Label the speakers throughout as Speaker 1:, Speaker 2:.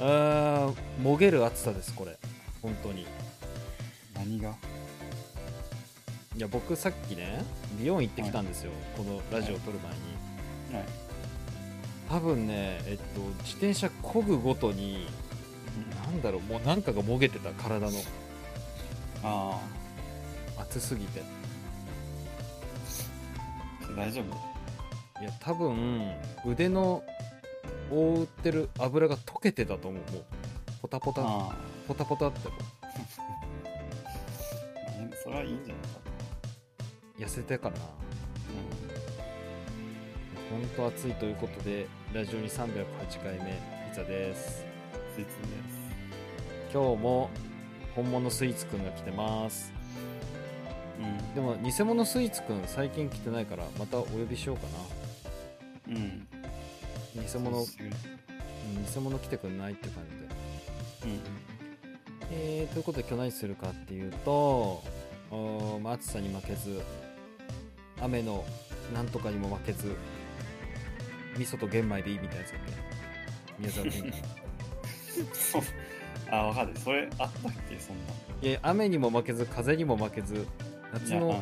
Speaker 1: あーもげる暑さですこれ本当に
Speaker 2: 何が
Speaker 1: いや僕さっきね美容院行ってきたんですよ、このラジオを撮る前に、
Speaker 2: はい
Speaker 1: 多分ねえっと自転車こぐごとになんだろうもうなんかがもげてた体の
Speaker 2: あ
Speaker 1: 暑すぎて
Speaker 2: あ大丈夫
Speaker 1: いや多分腕の覆ってる油が溶けてたと思うもうポタポタ
Speaker 2: ああ
Speaker 1: ポタポタって
Speaker 2: えそれはいいんじゃないか
Speaker 1: 痩せてかな本当暑いということでラジオに308回目ピザです
Speaker 2: うん説明
Speaker 1: 今日も本物スイーツくんが来てます
Speaker 2: です
Speaker 1: でも偽物スイーツくん最近来てないからまたお呼びしようか
Speaker 2: うんうん
Speaker 1: な偽物うん偽物来てくんないって感じで
Speaker 2: う
Speaker 1: えー、ということで今日何するかっていうとおーまあ暑さに負けず雨のなんとかにも負けず味噌と玄米でいいみたいなやつだっけ宮沢君
Speaker 2: んそう あ分かるそれあったっけそんない
Speaker 1: や雨にも負けず風にも負けず夏
Speaker 2: いや
Speaker 1: の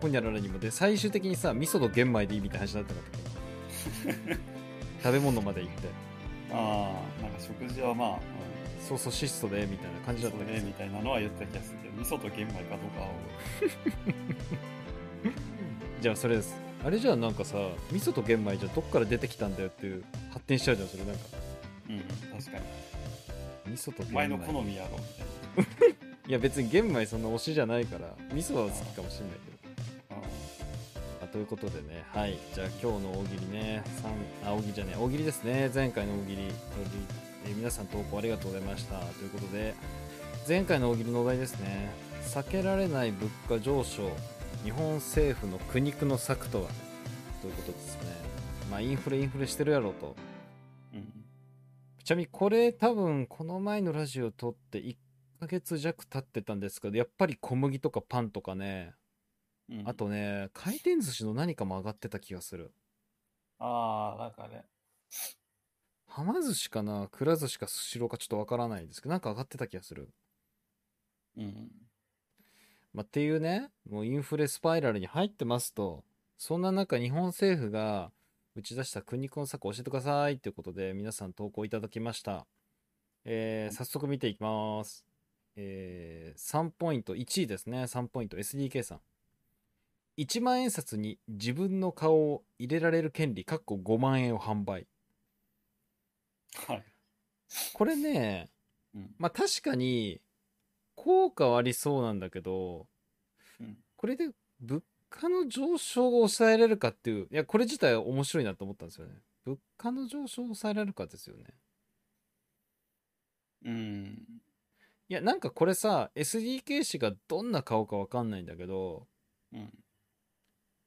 Speaker 1: ほにゃららにもで最終的にさ味噌と玄米でいいみたいな話になってなかったっけ食べ物まで行って
Speaker 2: うんああなんか食事はまあ、うん
Speaker 1: そうそう質素でみたいな感じだったけど
Speaker 2: そうねみたいなのは言った気がするけど味噌と玄米かどうかは
Speaker 1: じゃあそれですあれじゃあなんかさ味噌と玄米じゃどっから出てきたんだよっていう発展しちゃうじゃんそれなんか
Speaker 2: うん確かに
Speaker 1: 味噌と
Speaker 2: お
Speaker 1: 玄
Speaker 2: 前
Speaker 1: 米
Speaker 2: の好みやろみたい
Speaker 1: いや別に玄米そんな推しじゃないから味噌は好きかもしれないけど
Speaker 2: なう
Speaker 1: あということでねはいじゃあ今日の大喜利ね三あ大喜利じゃねえ大喜利ですね前回の大喜利大喜利、えー皆さん投稿ありがとうございましたということで前回の大喜利のお題ですね避けられない物価上昇日本政府の苦肉の策とはということですねまあインフレインフレしてるやろと
Speaker 2: んうん
Speaker 1: ちなみにこれ多分この前のラジオ撮って1ヶ月弱経ってたんですけどやっぱり小麦とかパンとかね
Speaker 2: うん
Speaker 1: あとね回転寿司の何かも上がってた気がする
Speaker 2: ああなんかね
Speaker 1: はま寿司かなくら寿司かスシローかちょっとわからないんですけどなんか上がってた気がする、
Speaker 2: うん
Speaker 1: まあ、っていうねもうインフレスパイラルに入ってますとそんな中日本政府が打ち出した苦肉の策教えてくださいということで皆さん投稿いただきましたえー早速見ていきますえー3ポイント1位ですね3ポイント SDK さん1万円札に自分の顔を入れられる権利かっこ5万円を販売
Speaker 2: はい
Speaker 1: これね
Speaker 2: うん
Speaker 1: まあ確かに効果はありそうなんだけど
Speaker 2: うん
Speaker 1: これで物価の上昇を抑えられるかっていういやこれ自体は面白いなと思ったんですよね物価の上昇を抑えられるかですよね
Speaker 2: うん
Speaker 1: いやなんかこれさ SDK 氏がどんな顔かわかんないんだけど
Speaker 2: うん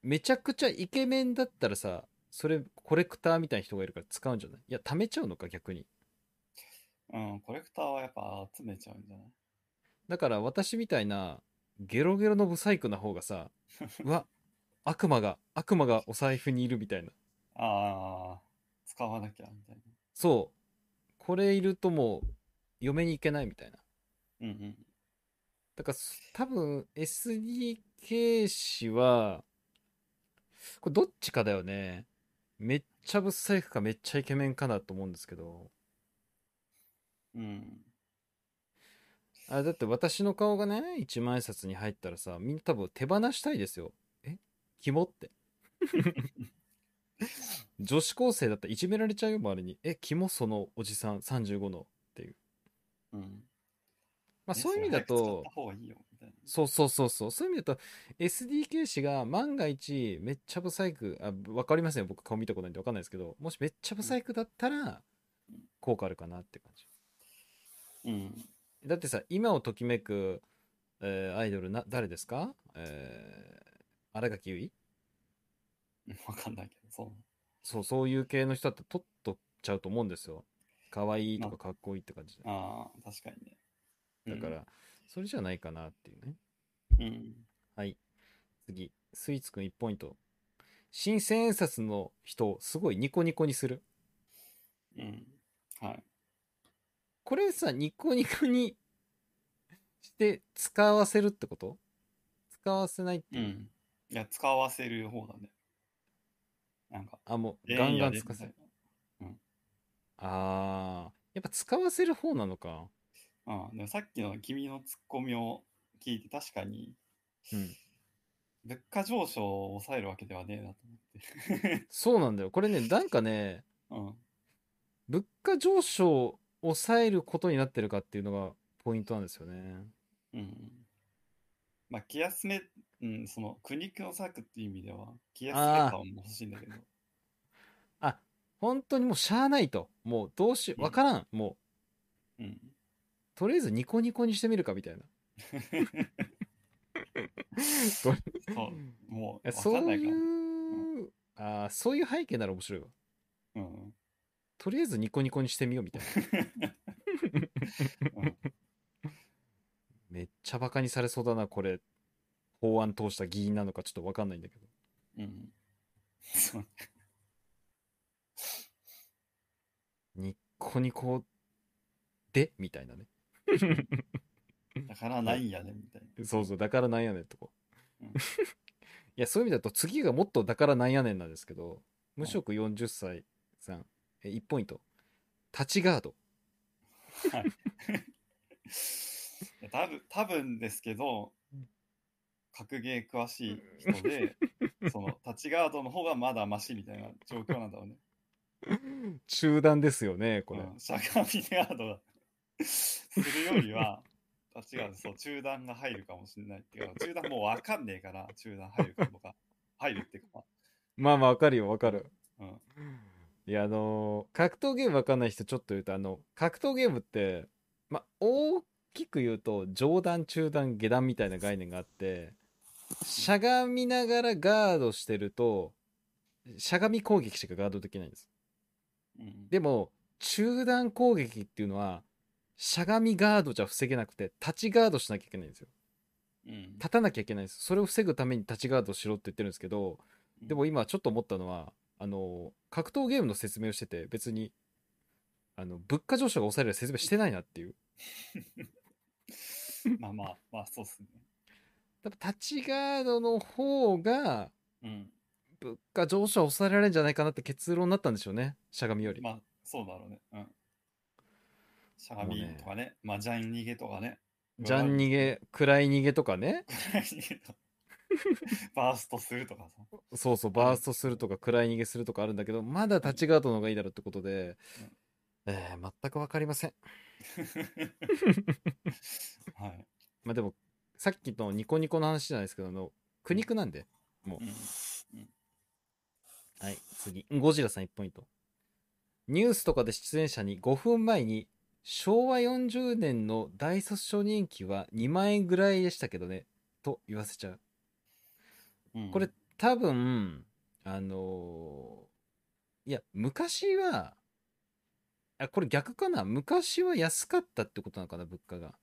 Speaker 1: めちゃくちゃイケメンだったらさそれコレクターみたいな人がいるから使うんじゃないいや貯めちゃうのか逆に
Speaker 2: うん、コレクターはやっぱ集めちゃうんじゃない
Speaker 1: だから私みたいなゲロゲロのブサイクな方がさうわ悪魔が悪魔がお財布にいるみたいな
Speaker 2: ああ、使わなきゃみたい
Speaker 1: そうこれいるともう嫁に行けないみたいな
Speaker 2: な。うんうん。
Speaker 1: だからす多分 SDK 氏はこれどっちかだよねめっちゃブサイクかめっちゃイケメンかなと思うんですけど
Speaker 2: うん。
Speaker 1: あだって私の顔がね一万円札に入ったらさみんな多分手放したいですよえキモって 女子高生だったらいじめられちゃうよ周りにえキモそのおじさん35の
Speaker 2: うん。
Speaker 1: まあ
Speaker 2: ね
Speaker 1: そういう意味だ
Speaker 2: れ早く使
Speaker 1: と
Speaker 2: った方がいいよ、みたいな。
Speaker 1: そうそうそうそうそういう意味だと SDK 氏が万が一めっちゃブサイクあ分かりませんよ僕顔見たことないんで分かんないですけどもしめっちゃブサイクだったら効果あるかなって感じ
Speaker 2: うん。
Speaker 1: だってさ今をときめく、えーアイドルな誰ですか、えー、新垣結衣
Speaker 2: わかんないけど、そう。
Speaker 1: そうそういう系の人だって取っとちゃうと思うんですよ可愛いとかかっこいいって感じで
Speaker 2: ああ、確かにね。
Speaker 1: だから、それじゃないかなっていうね
Speaker 2: うん、うん。
Speaker 1: はい。次。スイーツくん1ポイント。新千円札の人をすごいニコニコにする。
Speaker 2: うん。はい。
Speaker 1: これさ、ニコニコに して使わせるってこと使わせないって
Speaker 2: う
Speaker 1: いう。
Speaker 2: ん。いや、使わせる方だね。なんか、
Speaker 1: あ、もうガンガン使わせ
Speaker 2: せ
Speaker 1: る
Speaker 2: る。。
Speaker 1: あー、やっぱ使わせる方なのか。
Speaker 2: うん。でもさっきの君のツッコミを聞いて、確かに、
Speaker 1: うん
Speaker 2: 物価上昇を抑えるわけではねえなと思って。
Speaker 1: そうなんだよ。これね、なんかね、
Speaker 2: うん。
Speaker 1: 物価上昇を抑えることになってるかっていうのがポイントなんですよね。
Speaker 2: うんまあ、気休め、うん、その、苦肉の策っていう意味では、気休め
Speaker 1: あー
Speaker 2: 感も欲しいんだけど、
Speaker 1: あ、本当にもうしゃあないと。もうどうしよう、わからん。もう、
Speaker 2: うん。
Speaker 1: とりあえずニコニコにしてみるかみたいな。
Speaker 2: そう、もう、
Speaker 1: え
Speaker 2: わ
Speaker 1: そ
Speaker 2: かん
Speaker 1: う
Speaker 2: ないから。
Speaker 1: いう、あーそういう背景なら面白いわ。
Speaker 2: うん。
Speaker 1: とりあえずニコニコにしてみようみたいな。
Speaker 2: うん
Speaker 1: めっちゃバカにされそうだな、これ。法案通した議員なのかちょっとわかんないんだけど。
Speaker 2: うん。そう
Speaker 1: ニッコニコでみたいなね。
Speaker 2: だからないんやね、みたいな。
Speaker 1: そうそう、だからなんやねんとこ。
Speaker 2: うん
Speaker 1: いや、そういう意味だと次がもっとだからなんやねんなんですけど、無職40歳さん、え1ポイント。立ちガード。
Speaker 2: はいいや多分多分ですけど
Speaker 1: うん、
Speaker 2: 格ゲー詳しい人 で、その、タッチガードの方がまだマシみたいな状況なんだろうね。
Speaker 1: 中断ですよね、これ。
Speaker 2: うん、しゃがみガードがするよ りは、あ違う、そう、中断が入るかもしれないっていうか、中断もうわかんねえから、中断入るかとか、入るっていうか、
Speaker 1: まあまあ、わかるよ、わかる。
Speaker 2: うん、
Speaker 1: いや、あのー格闘ゲームわかんない人ちょっと言うと、あの、格闘ゲームって、まあ、大きく言うと、上段、中段、下段みたいな概念があって、しゃがみながらガードしてると、しゃがみ攻撃しかガードできないんです。
Speaker 2: うん、
Speaker 1: でも、中段攻撃っていうのは、しゃがみガードじゃ防げなくて、立ちガードしなきゃいけないんですよ。
Speaker 2: うん、
Speaker 1: 立たなきゃいけないんです。それを防ぐために立ちガードしろって言ってるんですけど、
Speaker 2: うん
Speaker 1: でも、今ちょっと思ったのは、あの、格闘ゲームの説明をしてて、別に、あの、物価上昇が抑えられる説明してないなっていう。
Speaker 2: まあまあ、まあ、そうっすね。
Speaker 1: 多分立ちガードの方が、
Speaker 2: うん、
Speaker 1: 物価上昇は抑えられるんじゃないかなって結論になったんでしょうね。しゃがみより。
Speaker 2: まあ、そうだろうね。うん。しゃがみとかね、まあ、ジャン逃げとかね。
Speaker 1: じゃん逃げ、暗い逃げとかね。
Speaker 2: 逃げとか。バーストするとか さ。
Speaker 1: そうそう、バーストするとか、暗い逃げするとかあるんだけど、まだ立ちガードの方がいいだろうってことで、えー全くわかりません。
Speaker 2: はい。
Speaker 1: まあでも、さっきのニコニコの話じゃないですけど、あの、苦肉なんで。
Speaker 2: うん
Speaker 1: はい、次。ゴジラさん1ポイント。ニュースとかで出演者に5分前に、昭和40年の大卒初任給は2万円ぐらいでしたけどね、と言わせちゃう。
Speaker 2: うん
Speaker 1: これ、多分、あのーいや、昔は、あ、これ逆かな昔は安かったってことなのかな物価が。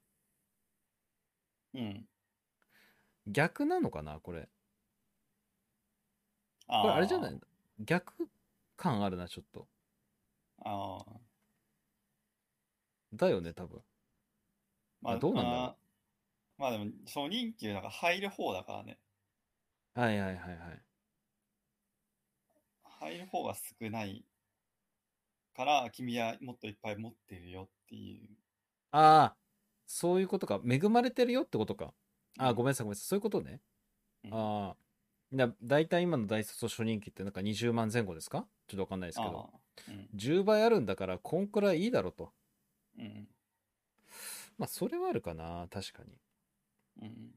Speaker 2: うん。
Speaker 1: 逆なのかなこれ。
Speaker 2: あ
Speaker 1: これ
Speaker 2: ー
Speaker 1: あれじゃない逆感あるな、ちょっと。
Speaker 2: ああ。
Speaker 1: だよね、多分。
Speaker 2: ま
Speaker 1: あどうなんだろう
Speaker 2: まあまあでも、初任給なんか入る方だからね。
Speaker 1: はいはいはいはい。
Speaker 2: 入る方が少ないから、君はもっといっぱい持ってるよっていう。
Speaker 1: ああ、そういうことか。恵まれてるよってことか。ああ、ごめん
Speaker 2: ん。
Speaker 1: なさい、ごめんなさい。そういうことね。
Speaker 2: うん
Speaker 1: ああ。だだいたい今の大卒初任給ってなんか20万前後ですかちょっとわかんないですけど。
Speaker 2: ああ。うん。
Speaker 1: 10倍あるんだから、こんくらいいいだろうと。
Speaker 2: うん。
Speaker 1: まあ、それはあるかな。確かに。
Speaker 2: うん。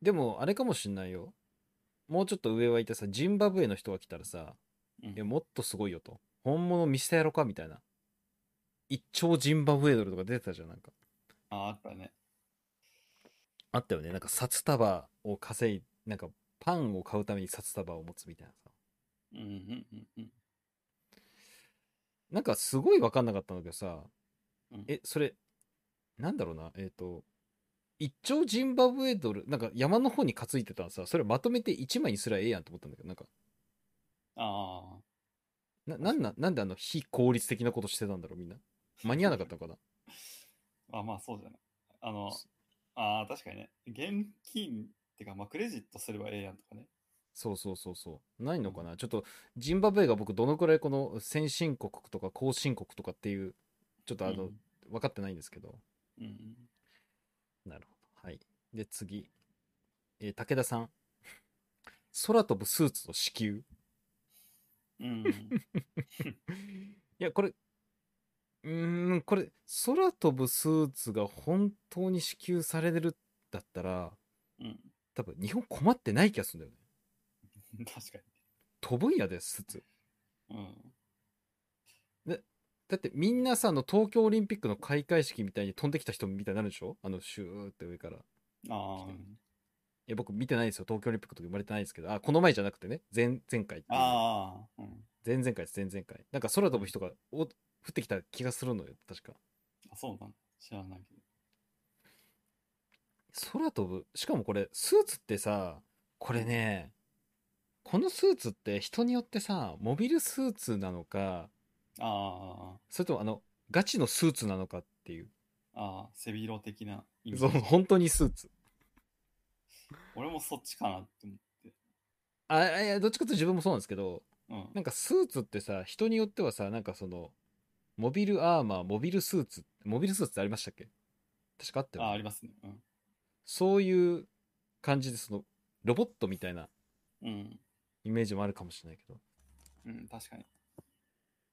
Speaker 1: でも、あれかもしんないよ。もうちょっと上はいてさ、ジンバブエの人が来たらさ、
Speaker 2: うん
Speaker 1: いや、もっとすごいよと。本物見せてやろうかみたいな。一兆ジンバブエドルとか出てたじゃん、なんか。
Speaker 2: ああ、あったね。
Speaker 1: あったよね。なんか札束を稼い、なんかパンを買うために札束を持つみたいなさ。
Speaker 2: うんうんうんうん。
Speaker 1: なんかすごい分かんなかったんだけどさ、
Speaker 2: うん
Speaker 1: え、それ、なんだろうな、えっ、と、一兆ジンバブエドル、なんか山の方に担いでたらさ、それまとめて一枚にすらええやんと思ったんだけど、なんか、
Speaker 2: ああ。
Speaker 1: な、なんな、なんであの非効率的なことしてたんだろう、みんな。間に合わなかったの かな
Speaker 2: あまあそうじゃない。あの
Speaker 1: そ、
Speaker 2: ああ、確かにね。現金ってか、まあクレジットすればええやんとかね。
Speaker 1: そうそうそうそう。ないのかなちょっと、ジンバブエが僕、どのくらいこの先進国とか後進国とかっていう、ちょっとあの、
Speaker 2: うん
Speaker 1: 分かってないんですけど。
Speaker 2: うんうん。
Speaker 1: なるほど。はい。で、次。えー武田さん。空飛ぶスーツと子 宮。
Speaker 2: うん、
Speaker 1: いや、これ、うーん、これ、空飛ぶスーツが本当に支給されてるんだったら、
Speaker 2: うん。
Speaker 1: 多分日本困ってない気がするんだよね。
Speaker 2: 確か
Speaker 1: 飛ぶんやで、スーツ。
Speaker 2: に。うん。
Speaker 1: だってみんなさ、あの東京オリンピックの開会式みたいに飛んできた人みたいになるでしょあの、シューって上から。い
Speaker 2: ああ、
Speaker 1: や、僕見てないですよ。東京オリンピックの時生まれてないですけど、あ、この前じゃなくてね、前、前回っていう
Speaker 2: ああ、うん。
Speaker 1: 前々回です、前々回。なんか空飛ぶ人がお降ってきた気がするのよ、確か。
Speaker 2: あ、そうなの知らないけど。
Speaker 1: 空飛ぶしかもこれ、スーツってさ、これね、このスーツって人によってさ、モビルスーツなのか、
Speaker 2: あ
Speaker 1: それともあの、ガチのスーツなのかっていう。
Speaker 2: あ、ああ、背広的な意味
Speaker 1: そう、本当にスーツ。
Speaker 2: 俺もそっちかなって思
Speaker 1: あ、いや、どっちかというと自分もそうなんですけど、
Speaker 2: う。う。
Speaker 1: なんんかスーツってさ、人によってはさ、なんかその、モビルアーマー、モビルスーツ、モビルスーツってありましたっけ確かあったよね
Speaker 2: あ、ありますね。うん。
Speaker 1: そういう感じで、その、ロボットみたいな
Speaker 2: うん。
Speaker 1: イメージもあるかもしれないけど。
Speaker 2: うん、確かに。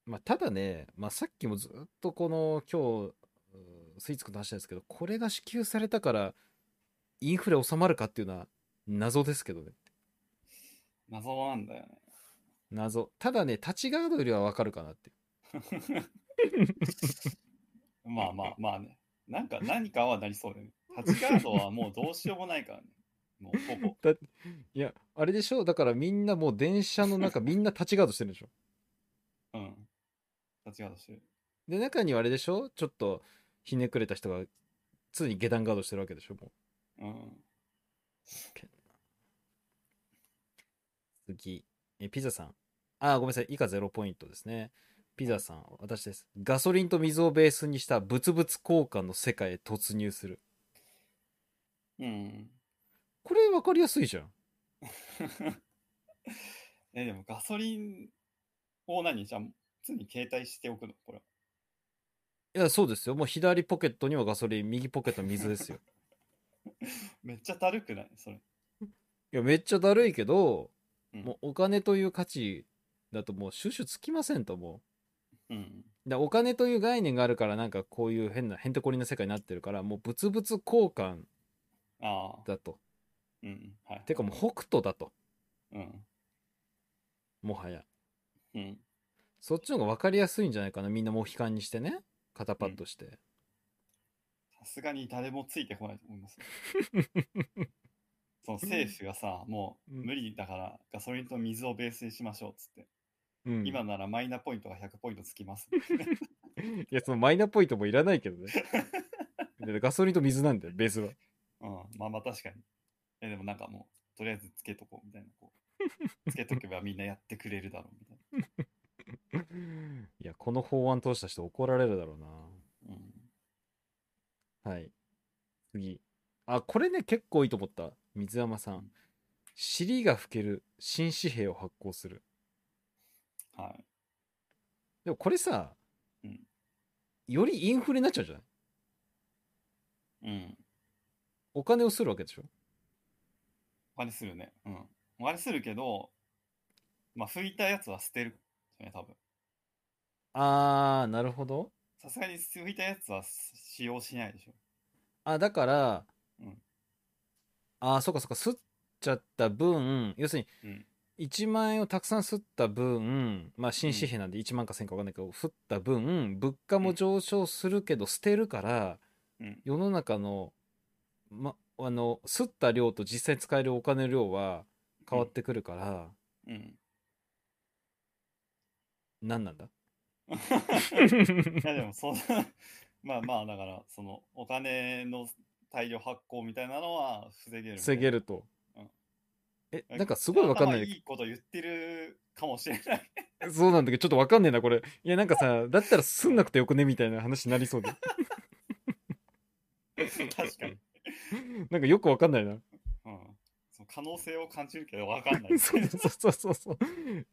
Speaker 1: まあ、ただね、まあ、さっきもずっとこの、今日、うースイーツくんと話したんですけど、これが支給されたから、インフレ収まるかっていうのは謎ですけどね。
Speaker 2: 謎なんだよ
Speaker 1: 謎。ただね、立ちガードよりはわかるかなって。
Speaker 2: ね。まあまあまあね。なんか何かはなりそうだよね。立ちガードはもうどうしようもないからね。もうほぼ。
Speaker 1: いや、あれでしょだからみんなもう電車の中、みんな立ちガードしてるでしょ
Speaker 2: うん。立ちガードしてる。
Speaker 1: で、中にはあれでしょちょっと、ひねくれた人が、常に下段ガードしてるわけでしょもう。
Speaker 2: うん。
Speaker 1: 次。え、ピザさん。あー、ごめんなさい。以下0ポイントですね。ピザさん、私です。ガソリンと水をベースにした物々交換の世界へ突入する。
Speaker 2: うん。
Speaker 1: これ分かりやすいじゃん。
Speaker 2: え、でもガソリンを何じゃあ、常に携帯しておくのこれは。
Speaker 1: いや、そうですよ。もう左ポケットにはガソリン、右ポケットは水です よ。
Speaker 2: めっちゃだるくないそれ。
Speaker 1: いや、めっちゃだるいけど、
Speaker 2: うん
Speaker 1: もうお金という価値だともう収集つきませんと、も
Speaker 2: うん。
Speaker 1: う。だからお金という概念があるから、なんかこういう変な、へんてこりな世界になってるから、もう物々交換
Speaker 2: ああ。
Speaker 1: だと。
Speaker 2: うん。はい。
Speaker 1: てかもう北斗だと。
Speaker 2: うん。
Speaker 1: もはや。
Speaker 2: うん。
Speaker 1: そっちの方が分かりやすいんじゃないかな。みんなモヒカンにしてね。肩パッとして。
Speaker 2: さすがに誰もついてこないと思い ますよ。その政府がさ、もう
Speaker 1: うん
Speaker 2: 無理だからガソリンと水をベースにしましょうっつって、
Speaker 1: うん
Speaker 2: 今ならマイナポイントが100ポイントつ きます。
Speaker 1: いや、そのマイナポイントもいらないけどね。だってガソリンと水なんだよ、ベースは。
Speaker 2: うん、まあまあ確かに。え、でもなんかもう、とりあえずつけとこうみたいな、こう、つけとけばみんなやってくれるだろうみたい
Speaker 1: いや、この法案通した人怒られるだろう
Speaker 2: な。
Speaker 1: な。はい。次。あ、これね、結構いいと思った。水山さん。尻が吹ける新紙幣を発行する。
Speaker 2: うん。はい。
Speaker 1: でもこれさ、
Speaker 2: うん
Speaker 1: よりインフレになっちゃうじゃない
Speaker 2: うん。
Speaker 1: お金をするわけでしょ
Speaker 2: お金するね。うん。お金するけど、まあ拭いたやつは捨てる。ね、多分。
Speaker 1: あー、なるほど。
Speaker 2: さすがに拭いたやつは使用しないでしょ。
Speaker 1: あ、だから、
Speaker 2: うん
Speaker 1: ああ、そうかそうか、吸っちゃった分、要する
Speaker 2: うん。
Speaker 1: に1万円をたくさん吸った分、まあ、新紙幣なんで1万か1000か分かんないけど、吸った分、物価も上昇するけど、捨てるから、
Speaker 2: うん。
Speaker 1: 世の中の、ま、あの、吸った量と実際使えるお金の量は変わってくるから、
Speaker 2: うん。
Speaker 1: 何 なんだ
Speaker 2: いやでもその まあまあだからそのお金の大量発行みたいなのは防げる
Speaker 1: 防げ
Speaker 2: る
Speaker 1: ると
Speaker 2: うん。
Speaker 1: え、なんかすごいわかんない
Speaker 2: 頭いいこと言ってるかもしれない。
Speaker 1: そうなんだけど、ちょっとわかんねえな、これ。いや、なんか さ、だったらすんなくてよくねみたいな話になりそうで。
Speaker 2: 確かに。
Speaker 1: なんかよくわかんない な。
Speaker 2: うん。その可能性を感じるけどわかんな い。
Speaker 1: そうそうそうそう。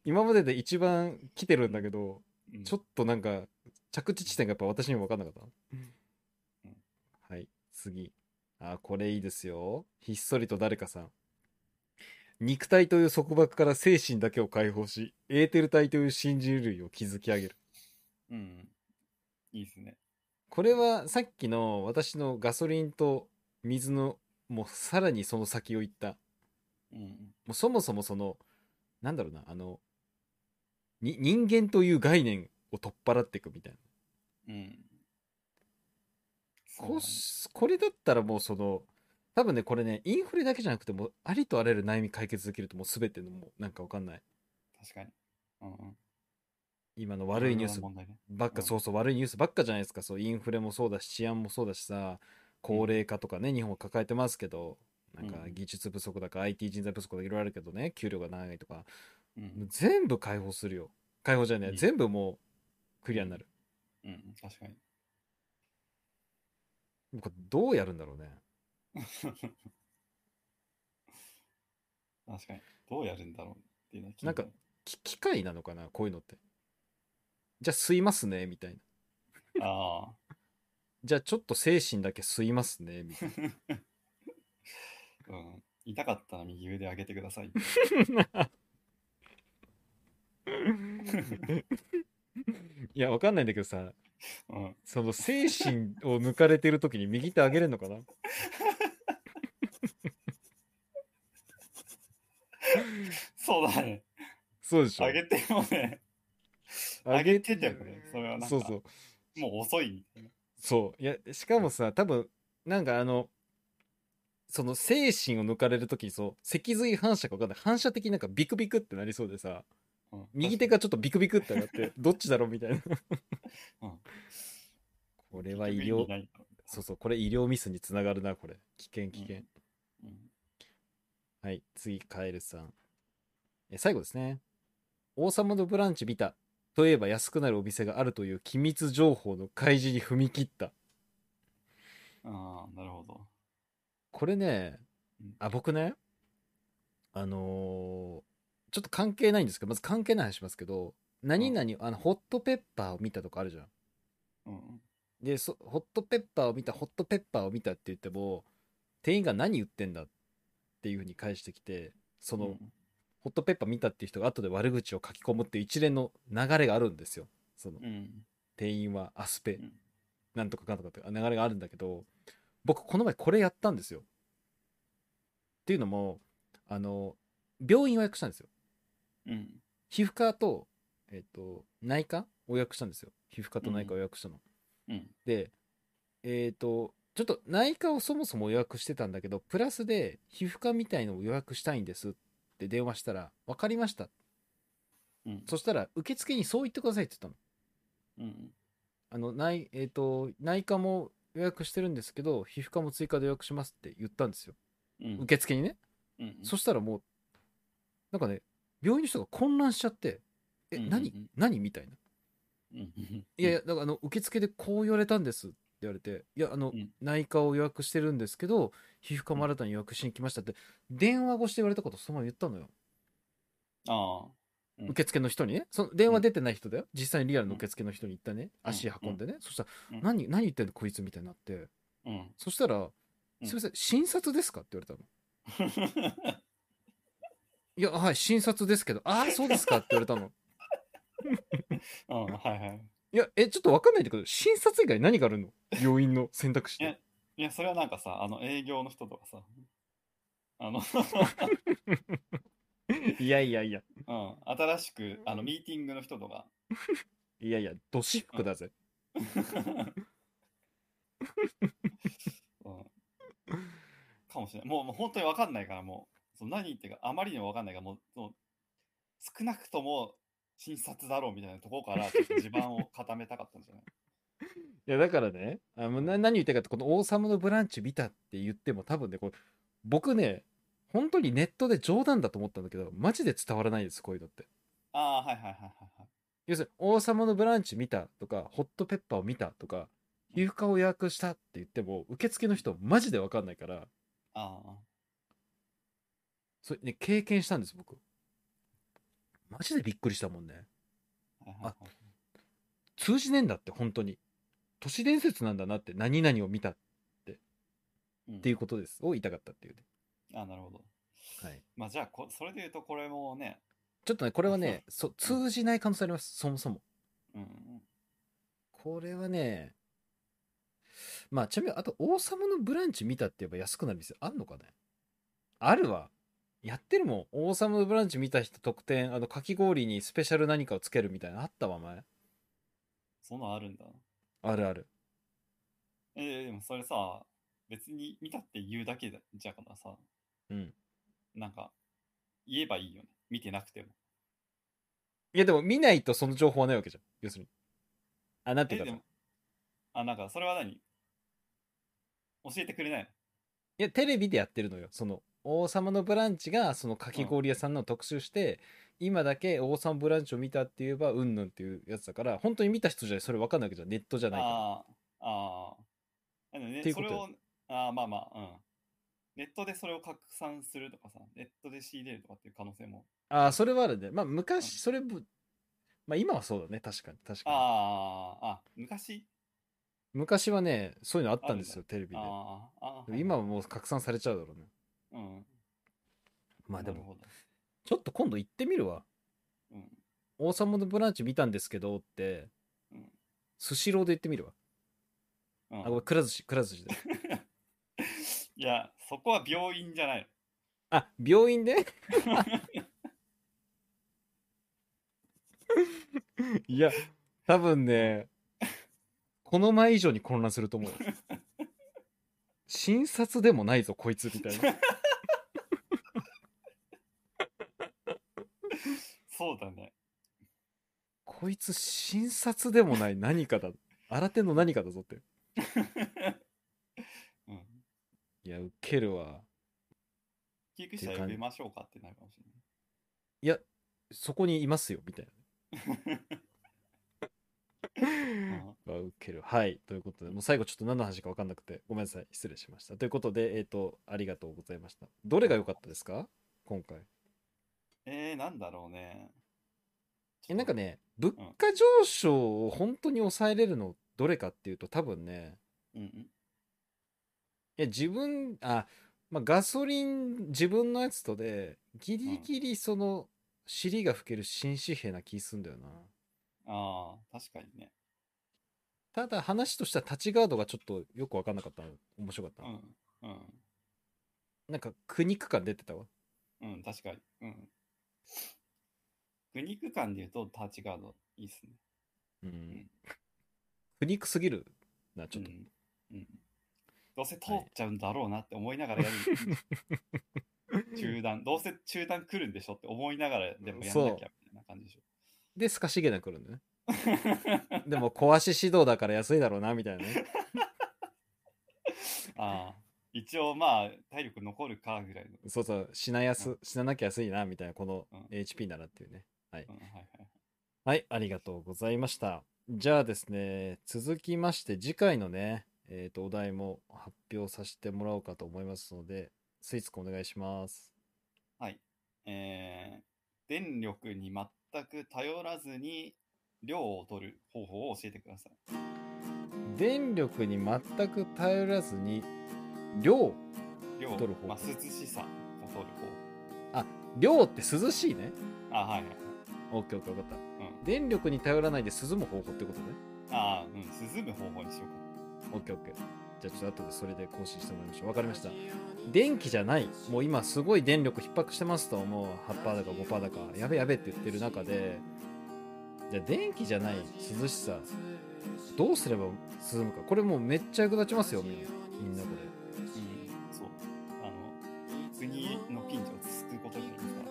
Speaker 1: 今までで一番来てるんだけど、
Speaker 2: うん
Speaker 1: ちょっとなんか、着地地点がやっぱ私にも分かんなかった
Speaker 2: うん。
Speaker 1: はい、次。あ、これいいですよ。ひっそりと誰かさん。肉体という束縛から精神だけを解放し、エーテル体という新人類を築き上げる。
Speaker 2: うん。いいですね。
Speaker 1: これはさっきの私のガソリンと水の、もうさらにその先を行った。
Speaker 2: うん。
Speaker 1: もうそもそもその、なんだろうな、あの、に人間という概念を取っ払っていくみたいな。
Speaker 2: うん。そうだ
Speaker 1: こう
Speaker 2: ね
Speaker 1: しこれだったらもうその多分ねこれねインフレだけじゃなくてもうありとあらゆる悩み解決できるともう全てのもうなんかわかんない
Speaker 2: 確かに。うんうん。
Speaker 1: 今の悪いニュース
Speaker 2: ろろな問題ね。
Speaker 1: ばっか、
Speaker 2: うん
Speaker 1: そうそう悪いニュースばっかじゃないですかそうインフレもそうだし治安もそうだしさ高齢化とかね、日本は抱えてますけどなんか
Speaker 2: うん
Speaker 1: 技術不足だか IT 人材不足だかいろいろあるけどね給料が長いとか
Speaker 2: うん
Speaker 1: もう。全部解放するよ解放じゃねえ、
Speaker 2: うん
Speaker 1: 全部もうクリアになる
Speaker 2: うん、確かに。
Speaker 1: これどうやるんだろうね
Speaker 2: 確かに。どうやるんだろうっていうのは気に
Speaker 1: なんかき機械なのかなこういうのってじゃあ吸いますねみたいな
Speaker 2: なるあ
Speaker 1: じゃあちょっと精神だけ吸いますね、みたい
Speaker 2: あ、うん。痛かったら右腕上げてください。
Speaker 1: な。 いや、わかんないんだけどさ、
Speaker 2: うん。
Speaker 1: その精神を抜かれてる時に右手上げれるのかな
Speaker 2: そうだね。
Speaker 1: そうでしょ
Speaker 2: 上げてもね、
Speaker 1: 上
Speaker 2: 上
Speaker 1: げ
Speaker 2: げ
Speaker 1: て
Speaker 2: てたよね。それはなんか、
Speaker 1: そうそう。
Speaker 2: もう遅いみたいな。
Speaker 1: そう。いや、しかもさ、多分、なんかあの、その精神を抜かれる時にそう、脊髄反射かわかんない。反射的になんかビクビクってなりそうでさ、
Speaker 2: うん
Speaker 1: 右手がちょっとビクビクってなって、どっちだろうみたいな。
Speaker 2: うん
Speaker 1: これは医
Speaker 2: 結局
Speaker 1: 療
Speaker 2: 意味、ないから
Speaker 1: そうそう、これ医療ミスにつながるな、これ。危険、危険。
Speaker 2: うん
Speaker 1: はい、次、カエルさん。え、最後ですね。王様のブランチ見た。といえば安くなるお店があるという機密情報の開示に踏み切った。
Speaker 2: ああ、なるほど。
Speaker 1: これね
Speaker 2: うん、
Speaker 1: あ、僕ね、あのーちょっと関係ないんですけど、まず関係ない話しますけど、何々、あの、ホットペッパーを見たとかあるじゃん。
Speaker 2: うん。
Speaker 1: でそホットペッパーを見たホットペッパーを見たって言っても店員が何言ってんだっていうふうに返してきてその、
Speaker 2: うん
Speaker 1: ホットペッパー見たっていう人が後で悪口を書き込むっていう一連の流れがあるんですよその
Speaker 2: うん。
Speaker 1: 店員はアスペ、
Speaker 2: うん
Speaker 1: なんとかかんとかって流れがあるんだけど僕この前これやったんですよっていうのもあの病院を予約したんですよ
Speaker 2: うん。
Speaker 1: 皮膚科と,、えっと内科を予約したんですよ皮膚科と内科を予約したの、
Speaker 2: うん。
Speaker 1: でえっ、とちょっと内科をそもそも予約してたんだけどプラスで皮膚科みたいのを予約したいんですって電話したら「分かりました
Speaker 2: うん」。
Speaker 1: そしたら受付にそう言ってくださいって言ったの。
Speaker 2: うん。
Speaker 1: あの内えー、と内科も予約してるんですけど皮膚科も追加で予約しますって言ったんですよ
Speaker 2: うん。
Speaker 1: 受付にね、
Speaker 2: うん。
Speaker 1: そしたらもうなんかね病院の人が混乱しちゃって「え、
Speaker 2: うんうんうん
Speaker 1: 何何?」みたいな
Speaker 2: うん。うん
Speaker 1: いやいや、、だからあの、受付でこう言われたんですって言われて、いや、あの、
Speaker 2: うん
Speaker 1: 内科を予約してるんですけど、皮膚科も新たに予約しに来ましたって、電話越しで言われたことそのまま言ったのよ。
Speaker 2: ああ。うん
Speaker 1: 受付の人にね。その電話出てない人だよ。実際にリアルの受付の人に言ったね。足運んでね。そしたら、
Speaker 2: うん
Speaker 1: 何、何言ってんのこいつみたいになって。
Speaker 2: うん。
Speaker 1: そしたら、
Speaker 2: ん
Speaker 1: すいません、診察ですかって言われたの。いや、はい、診察ですけど、ああ、そうですかって言われたの。
Speaker 2: うん、はいはい。
Speaker 1: いや、え、ちょっとわかんないんだけど、診察以外何があるの病院の選択肢で。
Speaker 2: いや、それはなんかさ、あの、営業の人とかさ、あの、
Speaker 1: いやいやいや、
Speaker 2: うん、新しく、あの、ミーティングの人とか、
Speaker 1: いやいや、どし服だぜ。
Speaker 2: うん、かもしれない。もう、もう本当にわかんないから、もう、その何言ってるか、あまりにもわかんないから、もう、その少なくとも、診察だろうみたいなところから、ちょっと地盤を固めたかったんじゃない
Speaker 1: いやだからねあもうな何言いたいかってこの「王様のブランチ」見たって言っても多分ねこれ僕ね本当にネットで冗談だと思ったんだけど、マジで伝わらないです、こういうのって。
Speaker 2: ああ、はいはいはいはいはい。
Speaker 1: 要するに、王様のブランチ見たとか、ホットペッパーを見たとか、皮膚科を予約したって言っても、受付の人マジでわかんないから、
Speaker 2: ああ。
Speaker 1: それね、経験したんです、僕。マジでびっくりしたもんね。
Speaker 2: はいはいはいはい
Speaker 1: 通じねえんだって、本当に。都市伝説なんだなって、何々を見たっ
Speaker 2: うん
Speaker 1: ていうことです。を言いたかったっていうね。
Speaker 2: あなるほど。
Speaker 1: はい。
Speaker 2: まあじゃあこ、それで言うとこれもね、
Speaker 1: ちょっとね、これはね、そ通じない可能性あります、そもそも。
Speaker 2: うんうん、
Speaker 1: これはね、まあ、ちなみに、あと、王様のブランチ見たって言えば安くなる店あんのかねあるわ。やってるもん。王様のブランチ見た人特典、あの、かき氷にスペシャル何かをつけるみたいなのあったわ、前。
Speaker 2: そんなんあるんだ。
Speaker 1: あるある。
Speaker 2: えー、でもそれさ、別に見たって言うだけだじゃからさ、
Speaker 1: うん。
Speaker 2: なんか、言えばいいよね。見てなくても。
Speaker 1: いや、でも見ないとその情報はないわけじゃん。要するに。あ、なんてい
Speaker 2: え、
Speaker 1: うか
Speaker 2: で
Speaker 1: さ。い
Speaker 2: も、あ、なんか、それは何教えてくれないの
Speaker 1: や、テレビでやってるのよ。その、王様のブランチが、そのかき氷屋さんの特集して、今だけ王様ブランチを見たって言えば、うんぬんっていうやつだから、本当に見た人じゃないそれわかんないわけじゃん。ネットじゃないから。
Speaker 2: ああ、ああ。あのね
Speaker 1: っていう
Speaker 2: そ
Speaker 1: こと
Speaker 2: れ
Speaker 1: よ
Speaker 2: を、ああ、まあまあ、うん。ネットでそれを拡散するとかさ、ネットで仕入れるとかっていう可能性も。
Speaker 1: ああ、それはあるね。まあ、昔、それぶ、まあ、今はそうだね。確かに、確かに。
Speaker 2: ああ、あ、昔
Speaker 1: 昔はね、そういうのあったんですよ、テレビで。
Speaker 2: ああ、ああ
Speaker 1: でも。今はもう拡散されちゃうだろうね。
Speaker 2: うん。
Speaker 1: まあで
Speaker 2: なる
Speaker 1: も、
Speaker 2: ほど。
Speaker 1: ちょっと今度行ってみるわ。
Speaker 2: うん。
Speaker 1: 王様のブランチ見たんですけどって
Speaker 2: うん、
Speaker 1: スシローで行ってみるわ。
Speaker 2: うん
Speaker 1: あ、ごめん、くら寿司、くら寿司で。
Speaker 2: いや、そこは病院じゃない。
Speaker 1: あ、病院で いや、多分ね、この前以上に混乱すると思うよ。診察でもないぞ、こいつ、みたいな。
Speaker 2: そうだね。
Speaker 1: こいつ、診察でもない何かだ。新手の何かだぞって。
Speaker 2: うん。
Speaker 1: いや、ウケるわ。
Speaker 2: 救急車呼びましょうかってなるかもし
Speaker 1: いや、そこにいますよ、みたい
Speaker 2: れ ない。
Speaker 1: な。
Speaker 2: うん
Speaker 1: は受ける。はい。ということで、もう最後ちょっと何の話か分かんなくて、ごめんなさい。失礼しました。ということで、えっ、と、ありがとうございました。どれが良かったですか今回。
Speaker 2: えー、なんだろうね。
Speaker 1: え、なんか、ね、物価上昇を本当に抑えれるのどれかっていうと、多分ね、
Speaker 2: うんうん、
Speaker 1: いや、自分、あ、まあ、ガソリン、自分のやつとで、ギリギリその、尻が吹ける新紙幣な気すんだよな。
Speaker 2: ああ、確かにね。
Speaker 1: ただ話としてはタッチガードがちょっとよく分かんなかったの面白かった
Speaker 2: う
Speaker 1: な、
Speaker 2: ん、うん、
Speaker 1: なんか苦肉感出てたわ
Speaker 2: うん、確かに。うん。苦肉感で言うと、タッチガード、いいっすね。
Speaker 1: うん苦肉すぎるなちょっと、
Speaker 2: うん。うん、どうせ通っちゃうんだろうなって思いながらやる。 中断、どうせ中断来るんでしょって思いながら、でもやんなきゃみたいな感じでしょ。
Speaker 1: でスカシゲなくるんだねでも壊し指導だから安いだろうなみたいなね
Speaker 2: ああ、一応まあ、体力残るかぐらいの。
Speaker 1: そうそう死なや
Speaker 2: う
Speaker 1: す死ななきゃ安いなみたいなこの HP ならっていうね
Speaker 2: うん、はいはい。
Speaker 1: はいありがとうございましたじゃあですね続きまして次回のねえっ、とお題も発表させてもらおうかと思いますのでスイーツくんお願いします
Speaker 2: はい。えー、電力に全く頼らずに量を取る方法を教えてください。
Speaker 1: 電力に全く頼らずに量
Speaker 2: 量を
Speaker 1: 取る方法
Speaker 2: まあ、涼しさを取る
Speaker 1: 量って涼しいね
Speaker 2: 方法。あ、はいはい。
Speaker 1: オッケーオッケー分かった
Speaker 2: うん。
Speaker 1: 電力に頼らないで涼む方法ってことね。
Speaker 2: あーうん。涼む方法にしようか
Speaker 1: オッケーオッケー。じゃあちょっと後でそれで更新してもらいましょう。わかりました。電気じゃない。もう今すごい電力逼迫してますと思う。8%だか5%だか。やべやべって言ってる中で、じゃあ電気じゃない涼しさ。どうすれば涼むか。これもうめっちゃ役立ちますよ、みんな。みんなこれ。
Speaker 2: な。うん。そう。あの、国のピンチを救うことじゃないですか。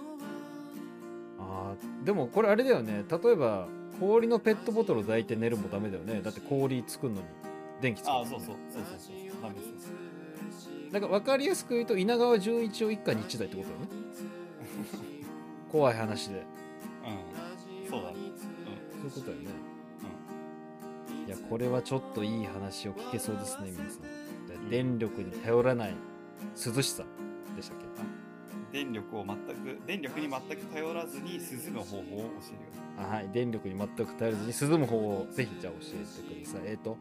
Speaker 1: あーでもこれあれだよね。例えば氷のペットボトルを抱いて寝るもダメだよね。だって氷作るのに。電気つけ
Speaker 2: あ
Speaker 1: て
Speaker 2: あ、そうそう、そうそうそうそう、なんですよ。
Speaker 1: なんか分かりやすく言うと稲川淳一を一家に一台ってことだよね怖い話で
Speaker 2: うん、 そうだね。
Speaker 1: そういうことだよね、いやこれはちょっといい話を聞けそうですね皆さんで
Speaker 2: うん
Speaker 1: 電力に頼らない涼しさでしたっけ
Speaker 2: 電力を全く、電力に全く頼らずに涼む方法を教えてくださ
Speaker 1: あはい電力に全く頼らずに涼む方をぜひじゃあ教えてくださいえっ、と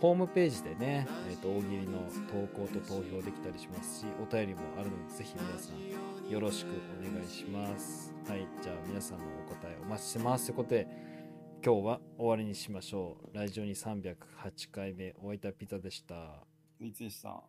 Speaker 1: ホームページでね、えー、と大喜利の投稿と投票できたりしますしお便りもあるのでぜひ皆さんよろしくお願いしますはいじゃあ皆さんのお答えお待ちしてますということで今日は終わりにしましょうラジオに308回目おいたピザでした
Speaker 2: い。三井さん。